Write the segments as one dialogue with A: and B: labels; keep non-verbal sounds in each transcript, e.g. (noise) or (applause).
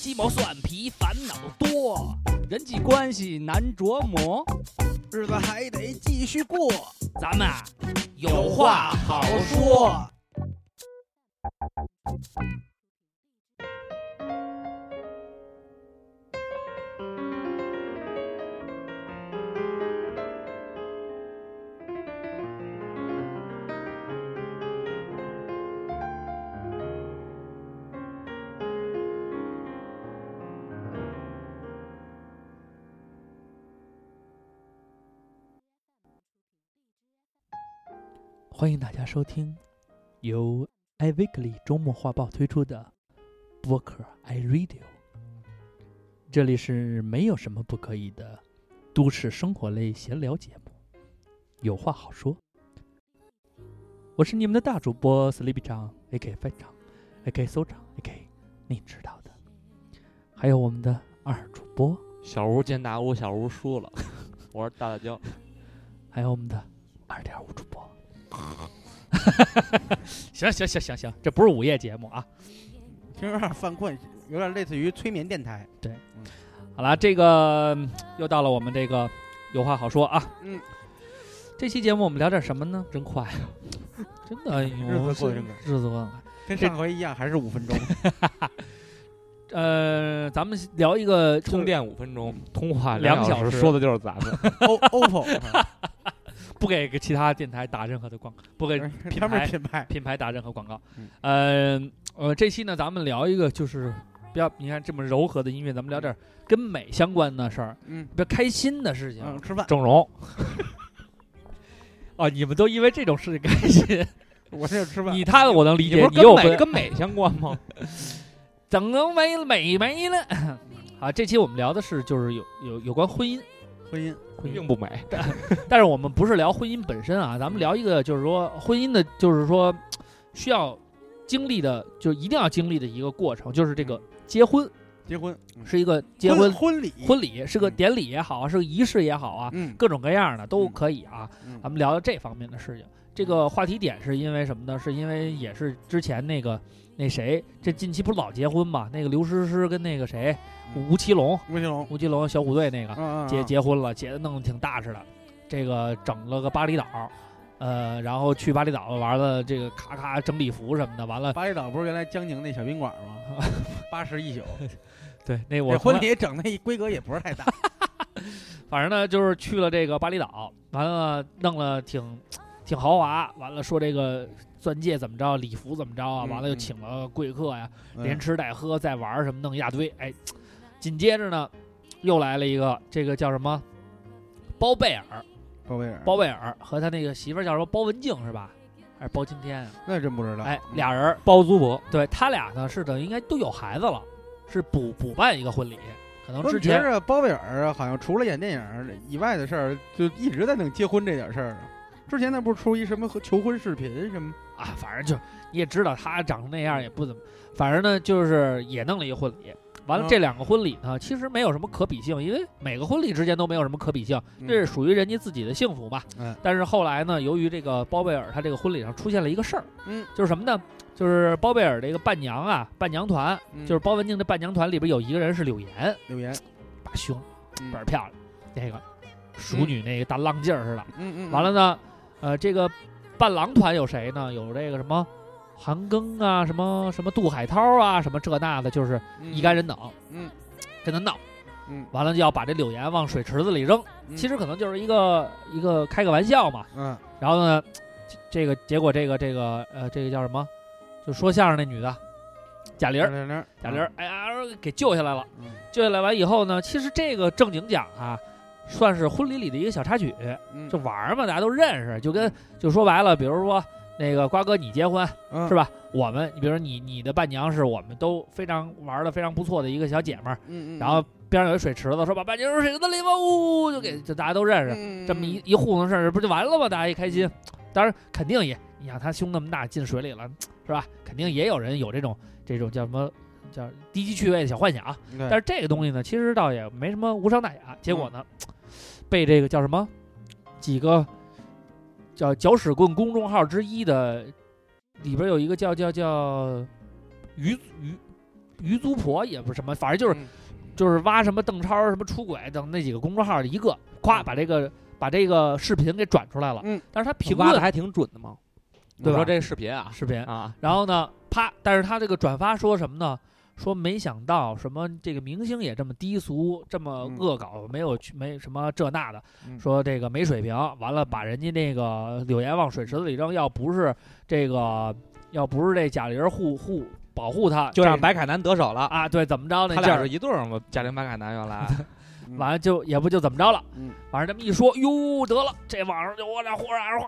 A: 鸡毛蒜皮烦恼多，人际关系难琢磨，
B: 日子还得继续过，
A: 咱们啊有话好说。。
C: 欢迎大家收听由 iWeekly 周末画报推出的播客 iRadio，这里是没有什么不可以的都市生活类闲聊节目，有话好说。我是你们的大主播 Sleepy 张，A.K. 翻唱，A.K. 搜唱，A.K. 你知道的，还有我们的二主播，
D: 小吴见大吴，小吴输
C: (laughs)
D: 了。我是大大椒，
C: 还有我们的二点五主播。 (laughs) 行行行行行，这不是午夜节目啊。
B: 听着有点犯困，有点类似于催眠电台。
C: 好啦，这个嗯又到了我们这个有话好说啊。
B: 嗯，
C: 这期节目我们聊点什么呢？真快
B: (laughs)
C: 啊，真的，哎呦
B: 日子过得真快
C: 日子过得快。
B: 跟上回一样，还是五
C: (laughs)
B: 分钟。
C: 呃，咱们聊一个
D: 充电五分钟，通话
C: 两
D: 个
C: 小
D: 小
C: 时
D: 说的就是咱们。
B: O
C: (laughs)
B: OPPO，
C: 不给给其他电台打任何的广，不给
B: 他们品牌
C: 品牌打任何广告。
B: 哎嗯
C: 嗯、呃，呃，这期呢，咱们聊一个就是比较，你看这么柔和的音乐，咱们聊点跟美相关的事儿，
B: 嗯
C: 比较开心的事情。
B: 嗯，吃饭。
D: 整容，
C: 哦，你们都因为这种事情开心，
B: 我这就吃饭。
C: 你他的我能理
D: 你
C: 解，
D: 不
C: 你
D: 是
C: 又
D: 跟
C: 不
D: 美跟美相关吗？
C: (laughs) 整容没了，美没了。 (laughs) 好，这期我们聊的是就是有有有关婚姻，
B: 婚姻
C: 婚
D: 并
C: 姻，
D: 不美，
C: 但是我们不是聊婚姻本身啊，咱们聊一个就是说婚姻的，就是说需要经历的，就一定要经历的一个过程，就是这个结婚
B: 结婚嗯
C: 是一个结婚
B: 婚礼
C: 婚礼是个典礼也好啊，是个仪式也好啊，
B: 嗯
C: 各种各样的都
B: 嗯
C: 可以啊。
B: 嗯
C: 咱们聊聊这方面的事情。这个话题点是因为什么呢？是因为也是之前那个那谁，这近期不是老结婚嘛？那个刘诗诗跟那个谁
B: 嗯
C: 吴奇隆，
B: 吴奇隆，
C: 吴奇隆小虎队那个
B: 嗯嗯
C: 结结婚了，结的弄得挺大似的，这个整了个巴厘岛，呃，然后去巴厘岛玩了，这个咔咔整礼服什么的，完了，
B: 巴厘岛不是原来江宁那小宾馆
C: (laughs)
B: 吗？八十一宿，
C: 对，那我
B: 这婚
C: 从来
B: 礼整的规格也不是太大。
C: 反正呢，就是去了这个巴厘岛，完了弄了挺挺豪华，完了说这个钻戒怎么着，礼服怎么着啊，
B: 嗯
C: 完了又
B: 嗯
C: 请了贵客呀，
B: 嗯
C: (laughs) 连吃带喝再玩儿什么弄一大堆，哎，紧接着呢，又来了一个这个叫什么包贝尔，
B: 鲍威尔，
C: 包贝尔和他那个媳妇儿叫什么包文婧是吧？还是包青天啊？
B: 那真不知道。
C: 哎，
B: 嗯
C: 俩人儿
D: 包租婆，
C: 对他俩呢是等于应该都有孩子了，是补补办一个婚礼，可能
B: 我
C: 之
B: 觉
C: 前
B: 着包贝尔好像除了演电影以外的事儿，就一直在弄结婚这点事儿呢。之前那不是出一什么和求婚视频什么？
C: 啊，反正就你也知道他长成那样也不怎么，反正呢就是也弄了一个婚礼。完了，
B: 嗯
C: 这两个婚礼呢，其实没有什么可比性，因为每个婚礼之间都没有什么可比性，这是属于人家自己的幸福嘛。
B: 嗯
C: 但是后来呢，由于这个包贝尔他这个婚礼上出现了一个事儿，
B: 嗯，
C: 就是什么呢？就是包贝尔这个伴娘啊，伴娘团，
B: 嗯
C: 就是包文婧的伴娘团里边有一个人是柳岩，
B: 柳岩，
C: 大胸，
B: 嗯
C: 倍儿漂亮，那个熟女那个大浪劲儿似的。
B: 嗯嗯，
C: 完了呢，呃，这个伴郎团有谁呢？有这个什么韩庚啊，什么什么杜海涛啊，什么这那的，就是
B: 嗯
C: 一干人等，
B: 嗯，
C: 跟他闹，
B: 嗯
C: 完了就要把这柳岩往水池子里扔。
B: 嗯
C: 其实可能就是一个一个开个玩笑嘛。
B: 嗯
C: 然后呢，这这个结果这个这个呃这个叫什么？就说相声那女的，贾玲儿，
B: 贾玲，
C: 贾玲儿，哎呀给救下来了。
B: 嗯，
C: 救下来完以后呢，其实这个正经讲啊，算是婚礼里的一个小插曲。
B: 嗯
C: 就玩儿嘛，大家都认识，就跟就说白了，比如说那个瓜哥你结婚
B: 嗯
C: 是吧？我们，你比如说你你的伴娘是我们都非常玩的非常不错的一个小姐们儿，
B: 嗯嗯，
C: 然后边上有一水池子，说把伴娘扔水池子里吧，呜，就给就大家都认识，
B: 是
C: 这么一一糊弄事儿，不就完了吗？大家一开心，当然肯定也，你想他胸那么大进水里了是吧？肯定也有人有这种这种叫什么叫低级趣味的小幻想，但
B: 是
C: 是这个东西呢，其实倒也没什么无伤大雅。结果呢，被这个叫什么几个叫“搅屎棍”公众号之一的里边有一个叫叫叫于于鱼租婆也不是什么，反正就是
B: 嗯
C: 就是挖什么邓超什么出轨等那几个公众号的一个，咵把这个把这个视频给转出来了。
B: 嗯，
C: 但是他评
D: 挖的
C: 论
D: 还挺准的嘛。
C: 对
D: 我
C: 吧
D: 说这视频啊
C: 视频，
D: 啊，
C: 然后呢，啪，但是他这个转发说什么呢？说没想到什么这个明星也这么低俗，这么
B: 嗯
C: 恶搞，没有去没什么这那的，
B: 嗯
C: 说这个没水平，完了把人家那个柳岩往水池子里扔，要不是这个要不是这贾玲护护保护他，
D: 就让
C: 这
D: 白凯南得手了。
C: 啊对怎么着呢？
D: 他
C: 这
D: 俩是一对儿嘛，贾玲白凯南原来
C: 完了就也不就怎么着了，
B: 嗯
C: 反正这么一说，哟得了，这网上就我俩忽然哗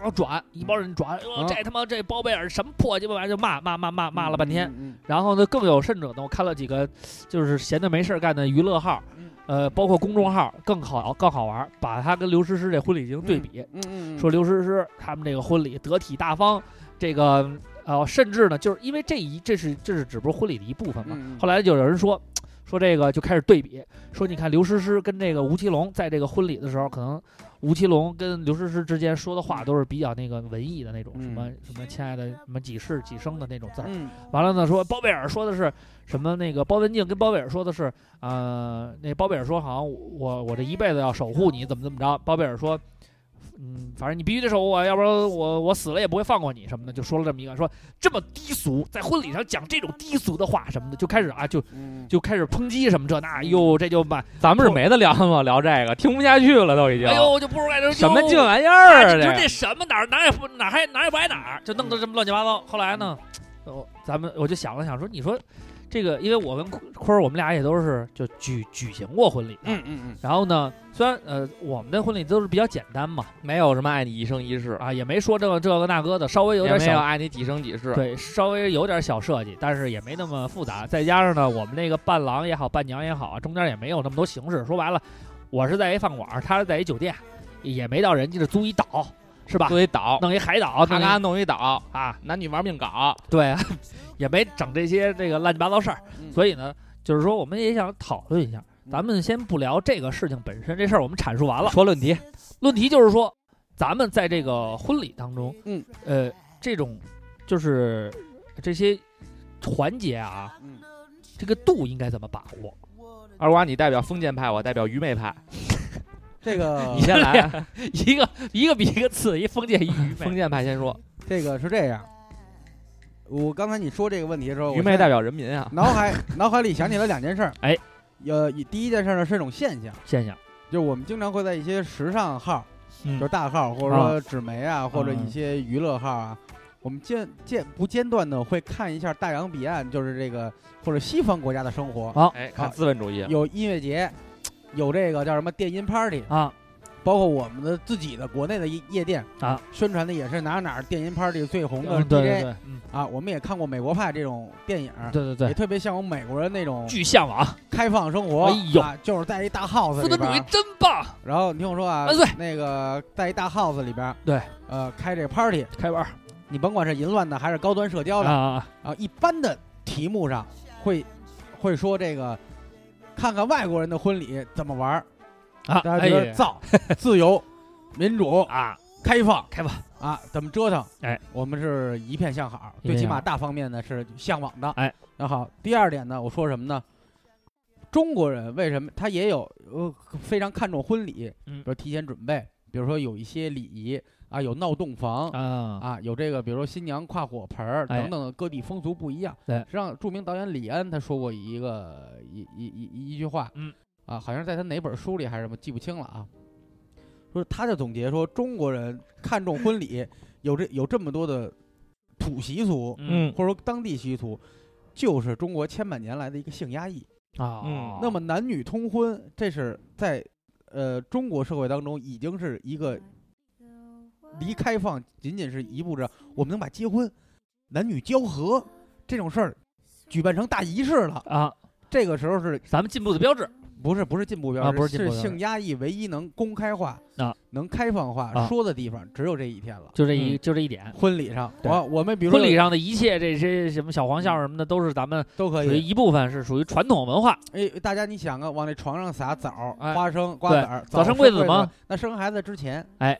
C: 哗转，一帮人转，哟
B: 啊
C: 这他妈这包贝尔什么破鸡巴玩意儿，就骂骂骂骂骂了半天。，
B: 嗯
C: 然后呢，更有甚者呢，我看了几个就是闲的没事儿干的娱乐号，
B: 嗯
C: 呃，包括公众号，更好更好玩儿，把他跟刘诗诗这婚礼进行对比，
B: 嗯嗯，
C: 说刘诗诗他们这个婚礼得体大方，这个呃，甚至呢，就是因为这一这是这是只不过婚礼的一部分嘛。
B: 嗯嗯
C: 后来就有人说说这个就开始对比，说你看刘诗诗跟这个吴奇隆在这个婚礼的时候，可能吴奇隆跟刘诗诗之间说的话都是比较那个文艺的那种，什么什么亲爱的什么几世几生的那种字儿。
B: 嗯
C: 完了呢，说包贝尔说的是什么？那个包文婧跟包贝尔说的是，呃，那包贝尔说好像我我这一辈子要守护你，怎么怎么着？包贝尔说，嗯，反正你必须得守护我，要不然我我死了也不会放过你什么的，就说了这么一个，说这么低俗，在婚礼上讲这种低俗的话什么的，就开始啊，就
B: 嗯，
C: 就开始抨击什么这那，哟，这就把，
D: 咱们是没得聊吗？聊这个听不下去了，都已经
C: 哎。 (laughs) 呦，就不如该
D: 什么
C: 劲
D: 劲玩意
C: 哎
D: 儿啊？
C: 你说
D: 这
C: 这什么哪儿哪儿也不哪儿还哪儿也不挨哪儿，就弄得这么乱七八糟。后来呢，我咱们我就想了想说，你说这个，因为我跟坤坤儿我们俩也都是就举举行过婚礼的，
B: 嗯嗯
C: 然后呢，虽然呃我们的婚礼都是比较简单嘛，
D: 没有什么爱你一生一世，
C: 啊也没说这个这个那个的，稍微有
D: 也
C: 点
D: 没有
C: 小。
D: 爱你几生几世。
C: 对，稍微有点小设计，但是也没那么复杂。再加上呢，我们那个伴郎也好，伴娘也好，啊中间也没有那么多形式。说白了，我是在一饭馆儿，他是在一酒店，也没到人家这租一岛，是吧？
D: 作为岛，
C: 弄一海岛，
D: 咔
C: 弄一
D: 咔弄一岛，
C: 啊，
D: 男女玩命搞。
C: 对啊， (laughs) 也没整这些这个乱七八糟事儿，
B: 嗯
C: 所以呢，就是说我们也想讨论一下，
B: 嗯
C: 咱们先不聊这个事情本身，这事儿我们阐述完了，
D: 说论题，
C: 论题就是说，咱们在这个婚礼当中，
B: 嗯，
C: 呃，这种就是这些环节啊，
B: 嗯
C: 这个度应该怎么把握？
D: 二瓜你代表封建派，我代表愚昧派，
B: 这个
C: (laughs)
D: 你先来。
A: 啊
B: (laughs)
C: 一个一个比一个次，一封建一愚
D: 封
C: 昧，
D: 建派先说，
B: 这个是这样，我刚才你说这个问题的时候，
D: 愚昧代表人民啊。
B: (laughs) 脑海脑海里想起了两件事儿，
C: 哎，
B: 呃，以第一件事儿呢是一种现象，
C: 现象，
B: 就是我们经常会在一些时尚号，
C: 嗯
B: 就是大号或者说纸媒啊，或者一些娱乐号啊，我们间间不间断的会看一下大洋彼岸，就是这个或者西方国家的生
C: 啊
B: 活，
D: 哎，看资本主
A: 啊
D: 义，
B: 有音乐节，有这个叫什么电音 party，
C: 啊，
B: 包括我们的自己的国内的夜夜店
C: 啊，
B: 宣传的也是哪儿哪儿电音 party 最红的
C: 嗯对对
B: DJ
C: 对，嗯，
B: 啊，我们也看过美国派这种电影。
C: 对对啊
B: 也
C: 对，
B: 特别向往美国人那种
C: 巨向往，
B: 开放生活，
C: 哎呦
B: 啊，就是在一大 house 里
C: 资本主义
B: 边，
C: 真棒，
B: 然后你听我说啊
C: 万岁，
B: 那个在一大 house 里边，
C: 对，
B: 呃，开这 party，
C: 开玩
B: 你甭管是淫乱的还是高端社交
C: 儿
B: 的，
C: 啊，
B: 啊，一般的题目上会会说这个，看看外国人的婚礼怎么玩儿，
C: 啊，
B: 大家觉
C: 哎
B: 得造、自由、民主、
C: 啊，
B: 开放、
C: 开放
B: 啊，怎么折腾？
C: 哎，
B: 我们是一片向好，
C: 一片
B: 最起
C: 向好
B: 码大方面呢是向往的。
C: 哎，
B: 那好，第二点呢，我说什么呢？中国人为什么他也有呃非常看重婚礼，
C: 嗯
B: 比如提前准备，比如说有一些礼仪啊，有闹洞房
C: 啊
B: 啊，有这个，比如说新娘跨火盆儿
C: 哎
B: 等等的各地风俗不一样。
C: 对
B: 实际上著名导演李安他说过一个一一一一句话，
C: 嗯，
B: 啊，好像是在他哪本书里还是什么，记不清了啊。说他就总结说，中国人看重婚礼有这有这么多的土习俗，
D: 嗯
B: 或者说当地习俗，就是中国千百年来的一个性压抑。
C: 啊，
D: 嗯
B: 那么男女通婚，这是在呃中国社会当中已经是一个离开放仅仅是一步之遥，我们能把结婚、男女交合这种事儿举办成大仪式了。
C: 啊，
B: 这个时候是
C: 咱们进步的标志
B: 不是不是进步标
C: 啊
B: 志？
C: 不是进步
B: 是
C: 标志
B: 性压抑唯一能公开化
C: 啊、
B: 能开放化、
C: 啊
B: 说的地方，只有这一天了。
C: 就这一就这一点。
B: 婚礼上，
C: 对
B: 我我们嗯比如说
C: 婚礼上的一切，这些什么小黄笑什么的，都是咱们
B: 都可
C: 属于
B: 以。
C: 一部分，是属于传统文化。
B: 哎，大家你想啊，往那床上撒枣、
C: 哎
B: 花生、瓜
C: 对
B: 子儿，
C: 早生
B: 生
C: 贵
B: 贵
C: 子嘛
B: 那生孩子之前，
C: 哎，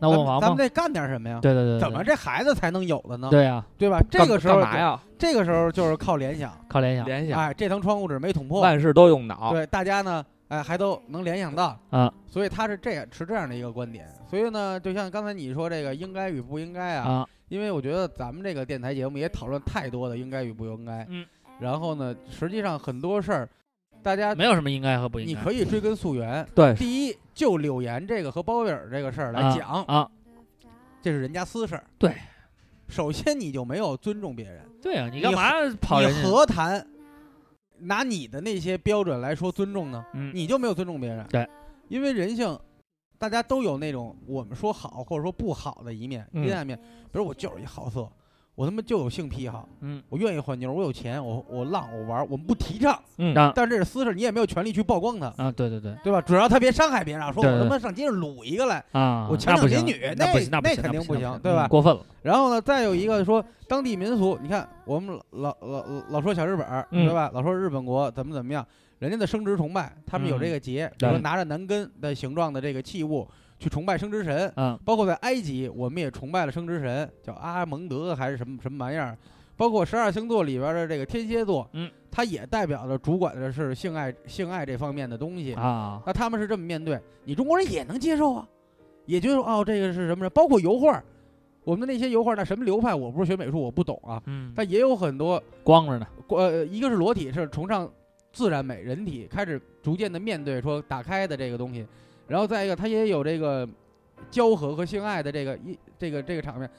C: 那
B: 咱
C: 我
B: 们
C: 忙
B: 咱们
C: 吗？
B: 得干点什么呀？
C: 对对对，对
B: 怎么这孩子才能有的呢？
C: 对啊呀？
B: 对吧？这个时候
A: 干嘛？呀？
B: 这个时候就是靠联想，
C: 靠联想
A: 联想，
B: 哎，这层窗户纸没捅破，
A: 万事都用脑。
B: 对大家呢，哎，还都能联想到
C: 啊，
B: 所以他是这样持这样的一个观点。所以呢，就像刚才你说这个应该与不应该啊，
C: 啊，
B: 因为我觉得咱们这个电台节目也讨论太多的应该与不应该。
C: 嗯。
B: 然后呢，实际上很多事儿，大家
C: 没有什么应该和不应
B: 你
C: 该。
B: 可以追根溯源。
A: 对
B: 第一，就柳岩这个和包贝尔这个事儿来
C: 啊
B: 讲，
C: 啊，
B: 这是人家私事儿。
C: 对。
B: 首先，你就没有尊重别人，
C: 对呀，你干嘛跑
B: 你
C: 人家？
B: 何谈拿你的那些标准来说尊重呢？
C: 嗯
B: 你就没有尊重别人。
C: 对，
B: 因为人性，大家都有那种我们说好或者说不好的一面、
A: 嗯
B: 阴暗面。比如我就是一好色，我他妈就有性癖好，
C: 嗯，
B: 我愿意换妞，我有钱，我我浪，我玩，我们不提倡。
A: 嗯
C: 啊
B: 但是这是私事，你也没有权利去曝光它，
C: 啊，对对对
B: 对吧？主要他别伤害别人啊，说
C: 对
B: 我他
C: 对
B: 妈上街上撸一个来，
C: 啊，
B: 我
C: 那
B: 强
C: 不
B: 抢
C: 行
B: 民女，
C: 那不行，那不
B: 那
C: 行，
B: 肯
C: 那
B: 定
C: 不
B: 行，
C: 那
B: 对吧
C: 嗯？过分了，
B: 然后呢，再有一个说当地民俗，你看我们老老老老说小日本儿，
A: 嗯
B: 对吧？老说日本国怎么怎么样，人家的生殖崇拜，他们有这个节，比如说拿着男根的形状的这个器物去崇拜生殖神，
C: 嗯
B: 包括在埃及，我们也崇拜了生殖神，叫阿蒙德还是什么什么玩意儿。包括十二星座里边的这个天蝎座，
C: 嗯，
B: 它也代表着主管的是性爱性爱这方面的东西
C: 啊，
B: 那他们是这么面对，你中国人也能接受啊，也就是哦，这个是什么人？包括油画，我们的那些油画，那什么流派，我不是学美术，我不懂啊，
C: 嗯，
B: 但也有很多，
C: 光着呢，
B: 呃，一个是裸体是崇尚自然美，人体开始逐渐的面对说打开的这个东西，然后再一个，它也有这个交合和性爱的这个一这个这个场面，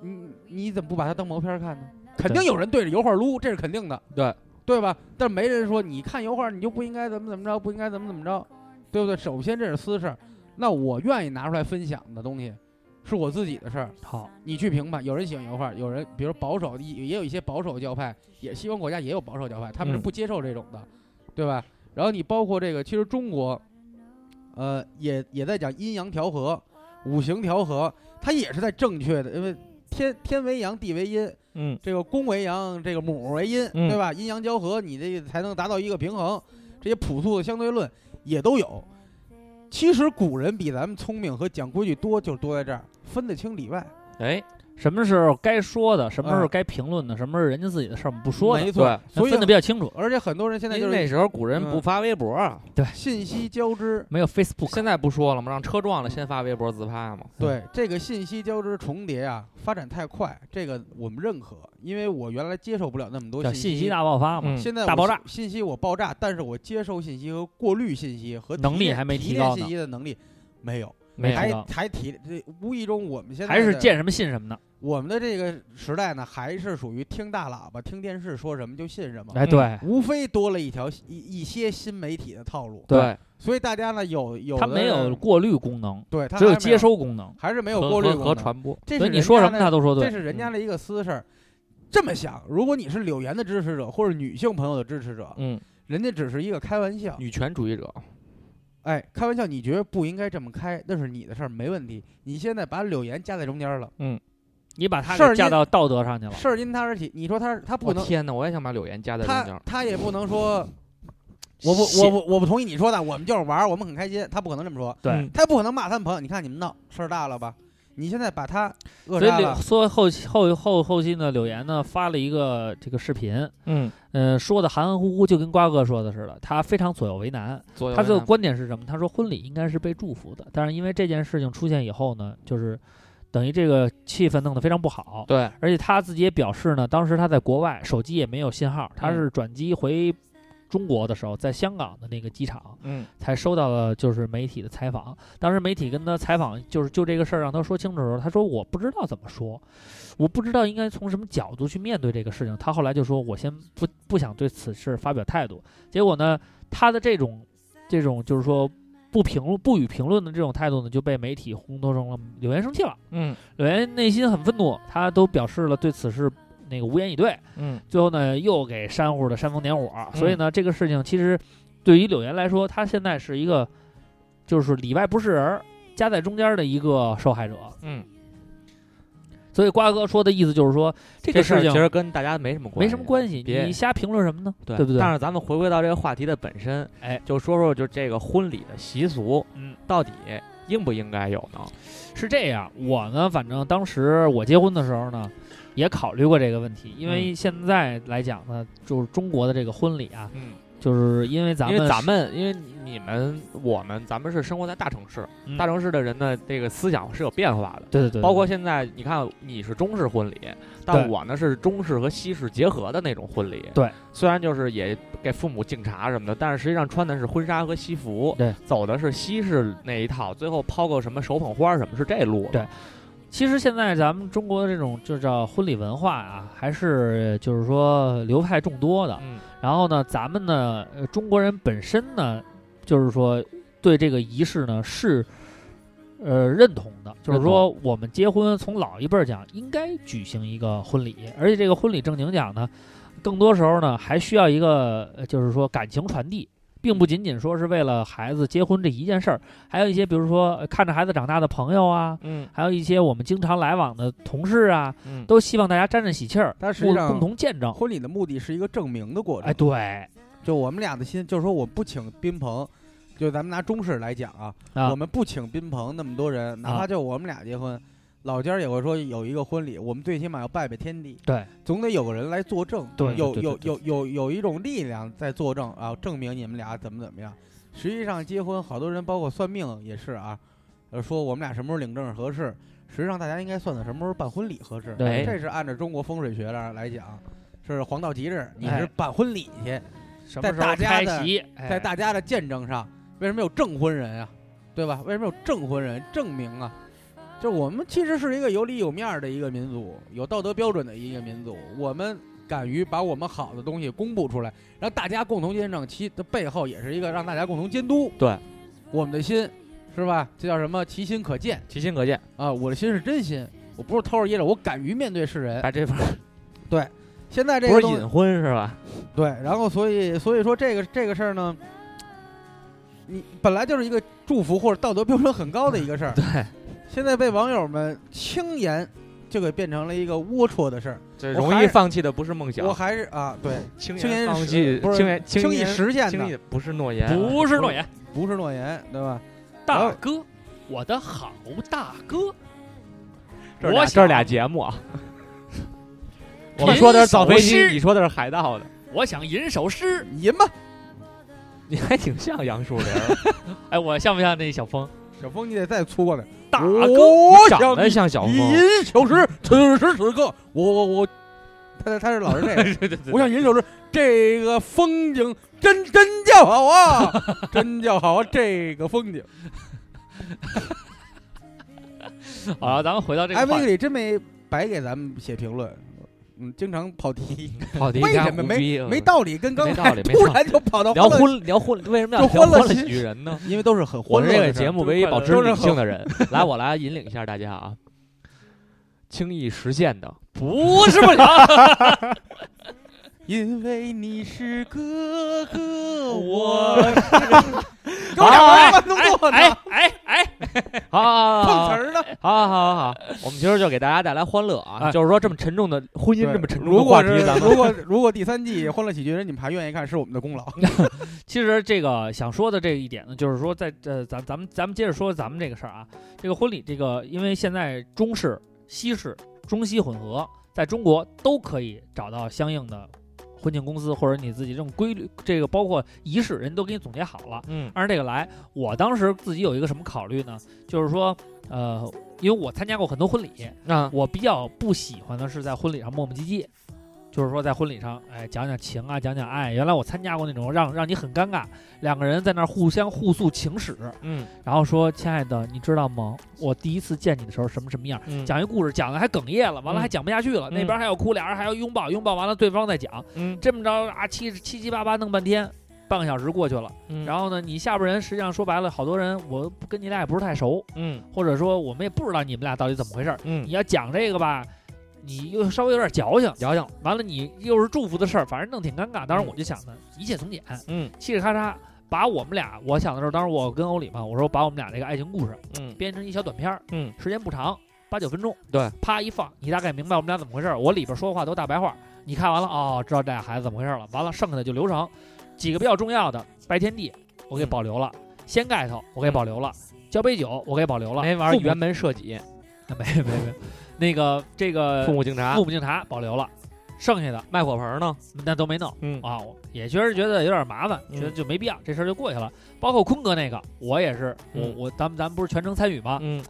B: 你你怎么不把它当毛片儿看呢？肯定有人对着油画撸，这是肯定的，
A: 对
B: 对吧？但没人说你看油画你就不应该怎么怎么着，不应该怎么怎么着，对不对？首先这是私事儿，那我愿意拿出来分享的东西，是我自己的事儿，
E: 好，
B: 你去评判。有人喜欢油画，有人比如保守，也也有一些保守教派，也西方国家也有保守教派，他们是
A: 嗯
B: 不接受这种的，对吧？然后你包括这个，其实中国，呃，也也在讲阴阳调和、五行调和，它也是在正确的，因为天天为阳，地为阴，
A: 嗯
B: 这个公为阳，这个母为阴，
A: 嗯
B: 对吧？阴阳交合，你这才能达到一个平衡。这些朴素的相对论也都有。其实古人比咱们聪明和讲规矩多，就是多在这儿分得清里外。
A: 哎，
C: 什么时候该说的，什么时候
B: 嗯
C: 该评论的，什么时候人家自己的事儿我们不说的
B: 没，错
A: 对，
C: 咱
B: 所以
C: 分得比较清楚。
B: 而且很多人现在就
A: 您
B: 是
A: 那时候古人
B: 嗯
A: 不发微博啊，
B: 信息交织，
C: 没有 Facebook，
A: 现在不说了吗？让车撞了先发微博自拍嘛。
C: 嗯
B: 对这个信息交织重叠啊，发展太快，这个我们认可，因为我原来接受不了那么多
C: 叫
B: 信
C: 信息大爆发嘛，
A: 嗯
B: 现在
C: 大
B: 我
C: 爆
B: 信
C: 炸
B: 信息我爆炸，但是我接收信息和过滤信息和提
C: 能力
B: 炼
C: 还没
B: 提
C: 提
B: 炼
C: 高
B: 信
C: 呢
B: 息的能力没有，
C: 没
B: 还
A: 哎
C: 提高
B: 还提这无意中我们现在
C: 还是
B: 的
C: 见什么信什么呢？
B: 我们的这个时代呢，还是属于听大喇叭、听电视说什么就信什么，
C: 哎，对，
B: 无非多了一条一一些新媒体的套路。
C: 对，
B: 所以大家呢有有
C: 它
B: 的
C: 没有
B: 人
C: 过滤功能，
B: 对，他
C: 只有
B: 还没
C: 接，收功能，
B: 还是没有
A: 和
B: 过滤
A: 和和
B: 功能。
A: 传播，
B: 这
C: 所
B: 是
C: 以你说什么他
B: 他
C: 都说
B: 这
C: 对。
B: 是人家的一个私事儿。这么想，如果你是柳岩的支持者或者女性朋友的支持者，
A: 嗯，
B: 人家只是一个开玩笑，
A: 女权主义者，
B: 哎，开玩笑，你觉得不应该这么开，那是你的事儿，没问题。你现在把柳岩夹在中间了，
C: 你把它
B: 事儿
C: 给架
B: 因
C: 到道德上去了，
B: 事儿因他而起，你说他他
A: 我
B: 不能，
A: 天哪，我也想把柳岩夹在中
B: 他嗯
A: 间。
B: 他也不能
C: (sniffs)
B: 说，我不
A: 谢
B: 我不我不同意你说的，我们就是玩儿，我们很开心，他不可能这么说，
C: 对。
B: 他也不可能骂他们朋友，你看你们闹事儿大了吧？你现在把他扼
C: 所以
B: 杀
C: 柳
B: 了，
C: 说后期后后后期呢，柳岩呢发了一个这个视频，
A: 嗯，
C: 呃，说的含含糊糊，就跟瓜哥说的似的，他非常左右为难。
A: 左右
C: 他
A: 为
C: 最后
A: 难
C: 观点是什么？他说婚礼应该是被祝福的，但是因为这件事情出现以后呢，就是等于这个气氛弄得非常不好。
A: 对，
C: 而且他自己也表示呢，当时他在国外，手机也没有信号，他是转机回中国的时候，在香港的那个机场
A: 嗯，
C: 才收到了就是媒体的采访。当时媒体跟他采访，就是就这个事儿让他说清楚的时候，他说我不知道怎么说，我不知道应该从什么角度去面对这个事情。他后来就说我先不不想对此事发表态度。结果呢，他的这种这种就是说不评论不予评论的这种态度呢，就被媒体烘托成了柳岩生气了。
A: 嗯
C: 柳岩内心很愤怒，他都表示了对此事那个无言以对。
A: 嗯，
C: 最后呢，又给煽乎的煽风点火，
A: 嗯
C: 所以呢，这个事情其实对于柳岩来说，她现在是一个就是里外不是人儿，夹在中间的一个受害者。
A: 嗯，
C: 所以瓜哥说的意思就是说，这个
A: 这事儿
C: 事
A: 其
C: 情
A: 实跟大家没什么关系，
C: 没什么关系，
A: 别
C: 你瞎评论什么呢？
A: 对
C: 对不对
A: 但是咱们回归到这个话题的本身，
C: 哎
A: 就说说就这个婚礼的习俗，
C: 嗯，
A: 到底应不应该有呢？
C: 是这样，我呢，反正当时我结婚的时候呢，也考虑过这个问题，因
A: 嗯
C: 为现在来讲呢，就是中国的这个婚礼啊，
A: 嗯，
C: 就是因为咱
A: 因
C: 们
A: 为咱们因为你们我们咱们是生活在大城市，
C: 嗯
A: 大城市的人呢，这个思想是有变化的。
C: 对对对，
A: 包括
C: 对
A: 现在，你看你是中式婚礼，但
C: 对
A: 我呢是中式和西式结合的那种婚礼。
C: 对，
A: 虽然就是也给父母敬茶什么的，但是实际上穿的是婚纱和西服，
C: 对，
A: 走的是西式那一套，最后抛个什么手捧花什么，是这路。
C: 对其实现在咱们中国的这种就叫婚礼文化啊，还是就是说流派众多的。
A: 嗯，
C: 然后呢，咱们呢，呃中国人本身呢，就是说对这个仪式呢是呃认同的，就是说我们结婚从老一辈儿讲应该举行一个婚礼，而且这个婚礼正经讲呢，更多时候呢还需要一个呃就是说感情传递。并不仅仅说是为了孩子结婚这一件事儿，还有一些比如说呃看着孩子长大的朋友啊，
A: 嗯
C: 还有一些我们经常来往的同事啊，
A: 嗯，
C: 都希望大家沾沾喜气儿，
B: 但实际
C: 共
B: 上
C: 共同见证。
B: 婚礼的目的是一个证明的过程。
C: 哎，对，
B: 就我们俩的心，就是说我不请宾朋，就咱们拿中式来讲啊，
C: 啊
B: 我们不请宾朋那么多人，哪
C: 啊
B: 怕就我们俩结婚，老家儿也会说有一个婚礼，我们最起码要拜拜天地，
C: 对，
B: 总得有个人来作证，
C: 对
B: 有
C: 对对
B: 有
C: 对
B: 有有有一种力量在作证啊，证明你们俩怎么怎么样。实际上结婚，好多人包括算命也是啊，呃，说我们俩什么时候领证合适，实际上大家应该算算什么时候办婚礼合适，
C: 对
B: 这是按照中国风水学来来讲。是黄道吉日，你是
C: 哎
B: 办婚礼去，
C: 什
B: 在
C: 么时
B: 大
C: 候
B: 家哎
C: 开
B: 的
C: 席，
D: 哎
B: 在大家的见证上，为什么有证婚人啊？对吧？为什么有证婚人证明啊？就是我们其实是一个有理有面儿的一个民族，有道德标准的一个民族，我们敢于把我们好的东西公布出来，让大家共同见证，其的背后也是一个让大家共同监督。
A: 对，
B: 我们的心是吧？这叫什么？其心可见
A: 其心可见，
B: 啊！我的心是真心，我不是偷着掖着，我敢于面对世人。
A: 哎，这份儿
B: 现在这
D: 不
B: 个
D: 是
B: 东西
D: 隐婚是吧？
B: 对，然后所以所以说这个这个事儿呢，你本来就是一个祝福或者道德标准很高的一个事儿
A: 嗯，对，
B: 现在被网友们轻言就给变成了一个龌龊的事儿。
A: 这
B: 我
A: 容
B: 还
A: 易
B: 是
A: 放弃的不是梦想
B: 我，还是啊，对，
A: 轻
B: 轻
A: 言
B: 言
A: 放
B: 实
A: 弃，
B: 不是
A: 轻言
B: 轻易
A: 言
B: 实现
A: 轻易
B: 的
A: 不是诺言，
C: 啊
A: 啊
C: 不是诺言，
B: 不是诺言，对吧？
C: 大哥，我的好大哥，
A: 这是俩
C: 我
A: 这
C: 想
A: 是俩节目啊。我们
C: 银
A: 说的是造
C: 首
A: 飞机，
C: 诗
A: 你说的是海盗的，
C: 我想吟首诗。
A: 嗯
B: 你赢吧，
A: 你还挺像杨树林儿，
B: (laughs)
C: 哎，我像不像那小峰？
B: 小峰，你得再粗暴点。
C: 大
B: 我
C: 哥，
A: 长得像小
B: 想
A: 峰
B: 你，吟首诗，此时此刻，我我我，他他是老是这
A: (laughs)
B: 个，
C: 对对对
B: 我想吟首诗，这个风景真真叫好啊， (laughs) 真叫好啊，这个风景。
C: 好了，咱们回到这
B: 艾
C: 个话
B: 维
C: 题。
B: 里真没白给咱们写评论，嗯，经常跑题，
A: 跑题
B: 为
A: 加
B: 什么
A: 胡逼
B: 没道理，跟刚
A: 没道
B: 才
A: 理没
B: 突
A: 道
B: 然就跑到
A: 聊
B: 欢乐，
A: 婚聊婚，为什么要
B: 就
A: 聊
B: 欢乐
A: 了
B: 喜
A: 剧人
B: (laughs)
A: 呢？
B: 因为都是很
A: 我
B: 欢
A: 是
B: 乐
A: 这
B: 的
A: 个
B: 事
A: 节
B: 儿。
A: 目唯一保持
B: 都是
A: 理
B: 很
A: 性的人，来，我来引领一下大家啊。 (laughs) 轻易实现的，
C: 不是不 (laughs) 了，
B: 因为你是哥哥，
C: 我
A: (laughs)
B: 我
A: 哎
B: 是给我俩关
C: 哎
B: 动作呢，
C: 哎
A: 啊
C: 哎哎，
A: 好好
B: 碰
A: 好
B: 瓷
A: 好
B: 儿呢。
A: 好好好，我们今儿就给大家带来欢乐啊！
C: 哎
A: 就是说这么沉重的婚姻，
B: 对
A: 这么沉重的
B: 如果
A: 话
B: 是
A: 题，咱们
B: 如果如果第三季《欢乐喜剧人》你们还愿意看，是我们的功劳。
C: 其实这个想说的这一点呢，就是说在呃，咱咱们咱们接着说咱们这个事儿啊，这个婚礼这个，因为现在中式、西式、中西混合，在中国都可以找到相应的婚庆公司或者你自己这种规律，这个包括仪式，人都给你总结好了。
A: 嗯
C: 按照这个来，我当时自己有一个什么考虑呢？就是说，呃，因为我参加过很多婚礼，
A: 啊
C: 我比较不喜欢的是在婚礼上磨磨唧唧，就是说在婚礼上，哎，讲讲情啊，讲讲爱。原来我参加过那种让让你很尴尬，两个人在那儿互相互诉情史，
A: 嗯
C: 然后说：“亲爱的，你知道吗？我第一次见你的时候什么什么样？”
A: 嗯
C: 讲一故事，讲的还哽咽了，完了
A: 嗯
C: 还讲不下去了，那
A: 嗯
C: 边还要哭，俩人还要拥抱，拥抱完了对方再讲，
A: 嗯
C: 这么着啊，七七七八八弄半天，半个小时过去了。
A: 嗯
C: 然后呢，你下边人实际上说白了，好多人我跟你俩也不是太熟，
A: 嗯
C: 或者说我们也不知道你们俩到底怎么回事儿。
A: 嗯
C: 你，要讲这个吧，你又稍微有点矫情，
A: 矫情，
C: 完了你又是祝福的事儿，反正弄挺尴尬。当时我就想呢，一切从简，
A: 嗯
C: 嘁哩咔嚓把我们俩，我想的时候，当时我跟欧里嘛，我说把我们俩这个爱情故事
A: 嗯
C: 编成一小短片儿，
A: 嗯，
C: 时间不长，八九分钟，
A: 对，
C: 啪一放，你大概明白我们俩怎么回事儿。我里边说话都大白话，你看完了哦，知道
A: 嗯
C: 这俩孩子怎么回事了。完了，剩下的就流程，几个比较重要的白天地我给保留了，掀盖头我给保留了，交杯酒我给保留了，
A: 没玩
C: 父母
A: 辕门射戟，
C: 没 (laughs) 没没，那个这个
A: 父母警察
C: 父母警察保留了，剩下的
A: 卖火盆呢，
C: 那都没弄。
A: 嗯
C: 啊，我也确实觉得有点麻烦，
A: 嗯
C: 觉得就没必要，这事儿就过去了。包括坤哥那个，我也是，我
A: 嗯
C: 我咱们咱们不是全程参与吗？
A: 嗯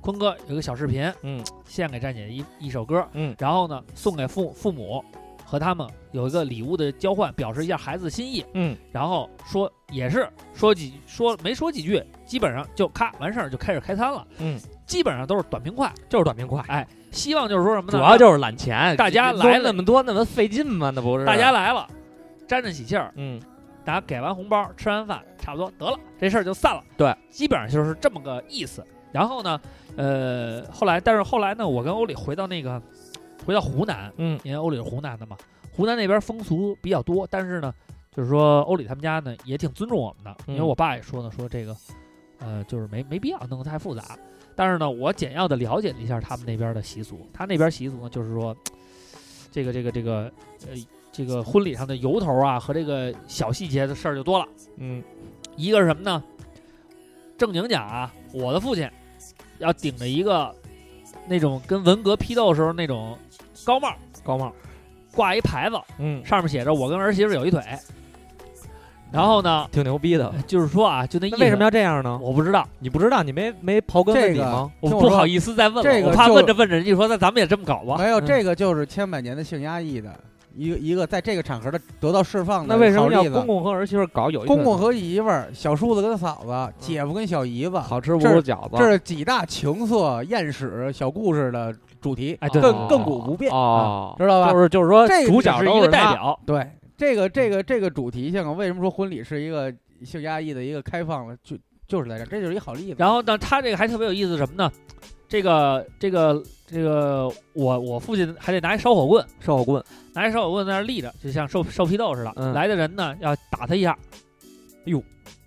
C: 坤哥有个小视频
A: 嗯
C: 献给站姐一一首歌，
A: 嗯，
C: 然后呢送给父父母和他们有一个礼物的交换，表示一下孩子的心意。
A: 嗯，
C: 然后说也是说几说没说几句，基本上就咔完事儿就开始开餐了。
A: 嗯，
C: 基本上都是短平快，哎
A: 就是短平快，
C: 希望就是说什么
A: 主
C: 呢？
A: 要就是揽钱，
C: 大家
A: 这
C: 来
A: 弄那
C: 了
A: 么多，那么费劲吗？那不是
C: 大家来了，沾着喜气儿，
A: 嗯
C: 大家给完红包，吃完饭，差不多得了，这事儿就散了。
A: 对，
C: 基本上就是这么个意思。然后呢，呃，后来，但是后来呢，我跟欧里回到那个，回到湖南，
A: 嗯
C: 因为欧里是湖南的嘛，湖南那边风俗比较多，但是呢，就是说欧里他们家呢也挺尊重我们的，因为
A: 嗯
C: 我爸也说呢，说这个，呃，就是没没必要弄得太复杂。但是呢，我简要的了解了一下他们那边的习俗，他那边习俗呢，就是说，这个这个这个，呃，这个婚礼上的由头啊和这个小细节的事儿就多了。
A: 嗯
C: 一个是什么呢？正经讲啊，我的父亲要顶着一个那种跟文革批斗时候那种高帽，
A: 高帽，
C: 挂一牌子，
A: 嗯，
C: 上面写着“我跟儿媳妇有一腿”。然后呢，
A: 挺牛逼的。
C: 就是说啊，就那意
A: 那
C: 思。
A: 为什么要这样呢？
C: 我不知道，
A: 你不知道，你没没刨根问
B: 这
A: 底
B: 个
A: 吗？
C: 我
B: 听
C: 不
B: 说
C: 好意思再问了，
B: 这个
C: 我怕
B: 就
C: 问着问着人家说那咱们也这么搞啊吧。
B: 没有，
A: 嗯
B: 这个就是千百年的性压抑的一个一个在这个场合的得到释放的
A: 那为什
B: 好
A: 么要
B: 例子
A: 公公和儿媳妇搞
C: 哎
A: 有一
B: 公公
A: 腿
B: 和姨妇儿、小叔子跟嫂
C: 嗯
B: 子、姐夫跟小姨子，
A: 好吃不
B: 这
A: 如
B: 儿
A: 饺子？
B: 这是几大情色、艳史、小故事的主题，
C: 哎，对，
B: 亘
C: 对
B: 亘古不变，
A: 哦，
B: 知道吧？
A: 就是就是说
B: 这个
A: 主
C: 对
A: 角
C: 只是
A: 都
C: 一
A: 是
C: 个代
A: 他，
C: 表，
B: 对，这个
C: 嗯
B: 这个这个主题性啊，为什么说婚礼是一个性压抑的一个开放了？就就是在这儿，这就是一好例子。
C: 然后呢，他这个还特别有意思，什么呢？这个这个这个，我我父亲还得拿一烧火棍，
A: 烧火棍，
C: 拿一烧火棍在那儿立着，就像受受批斗似的。
A: 嗯
C: 来的人呢，要打他一下，就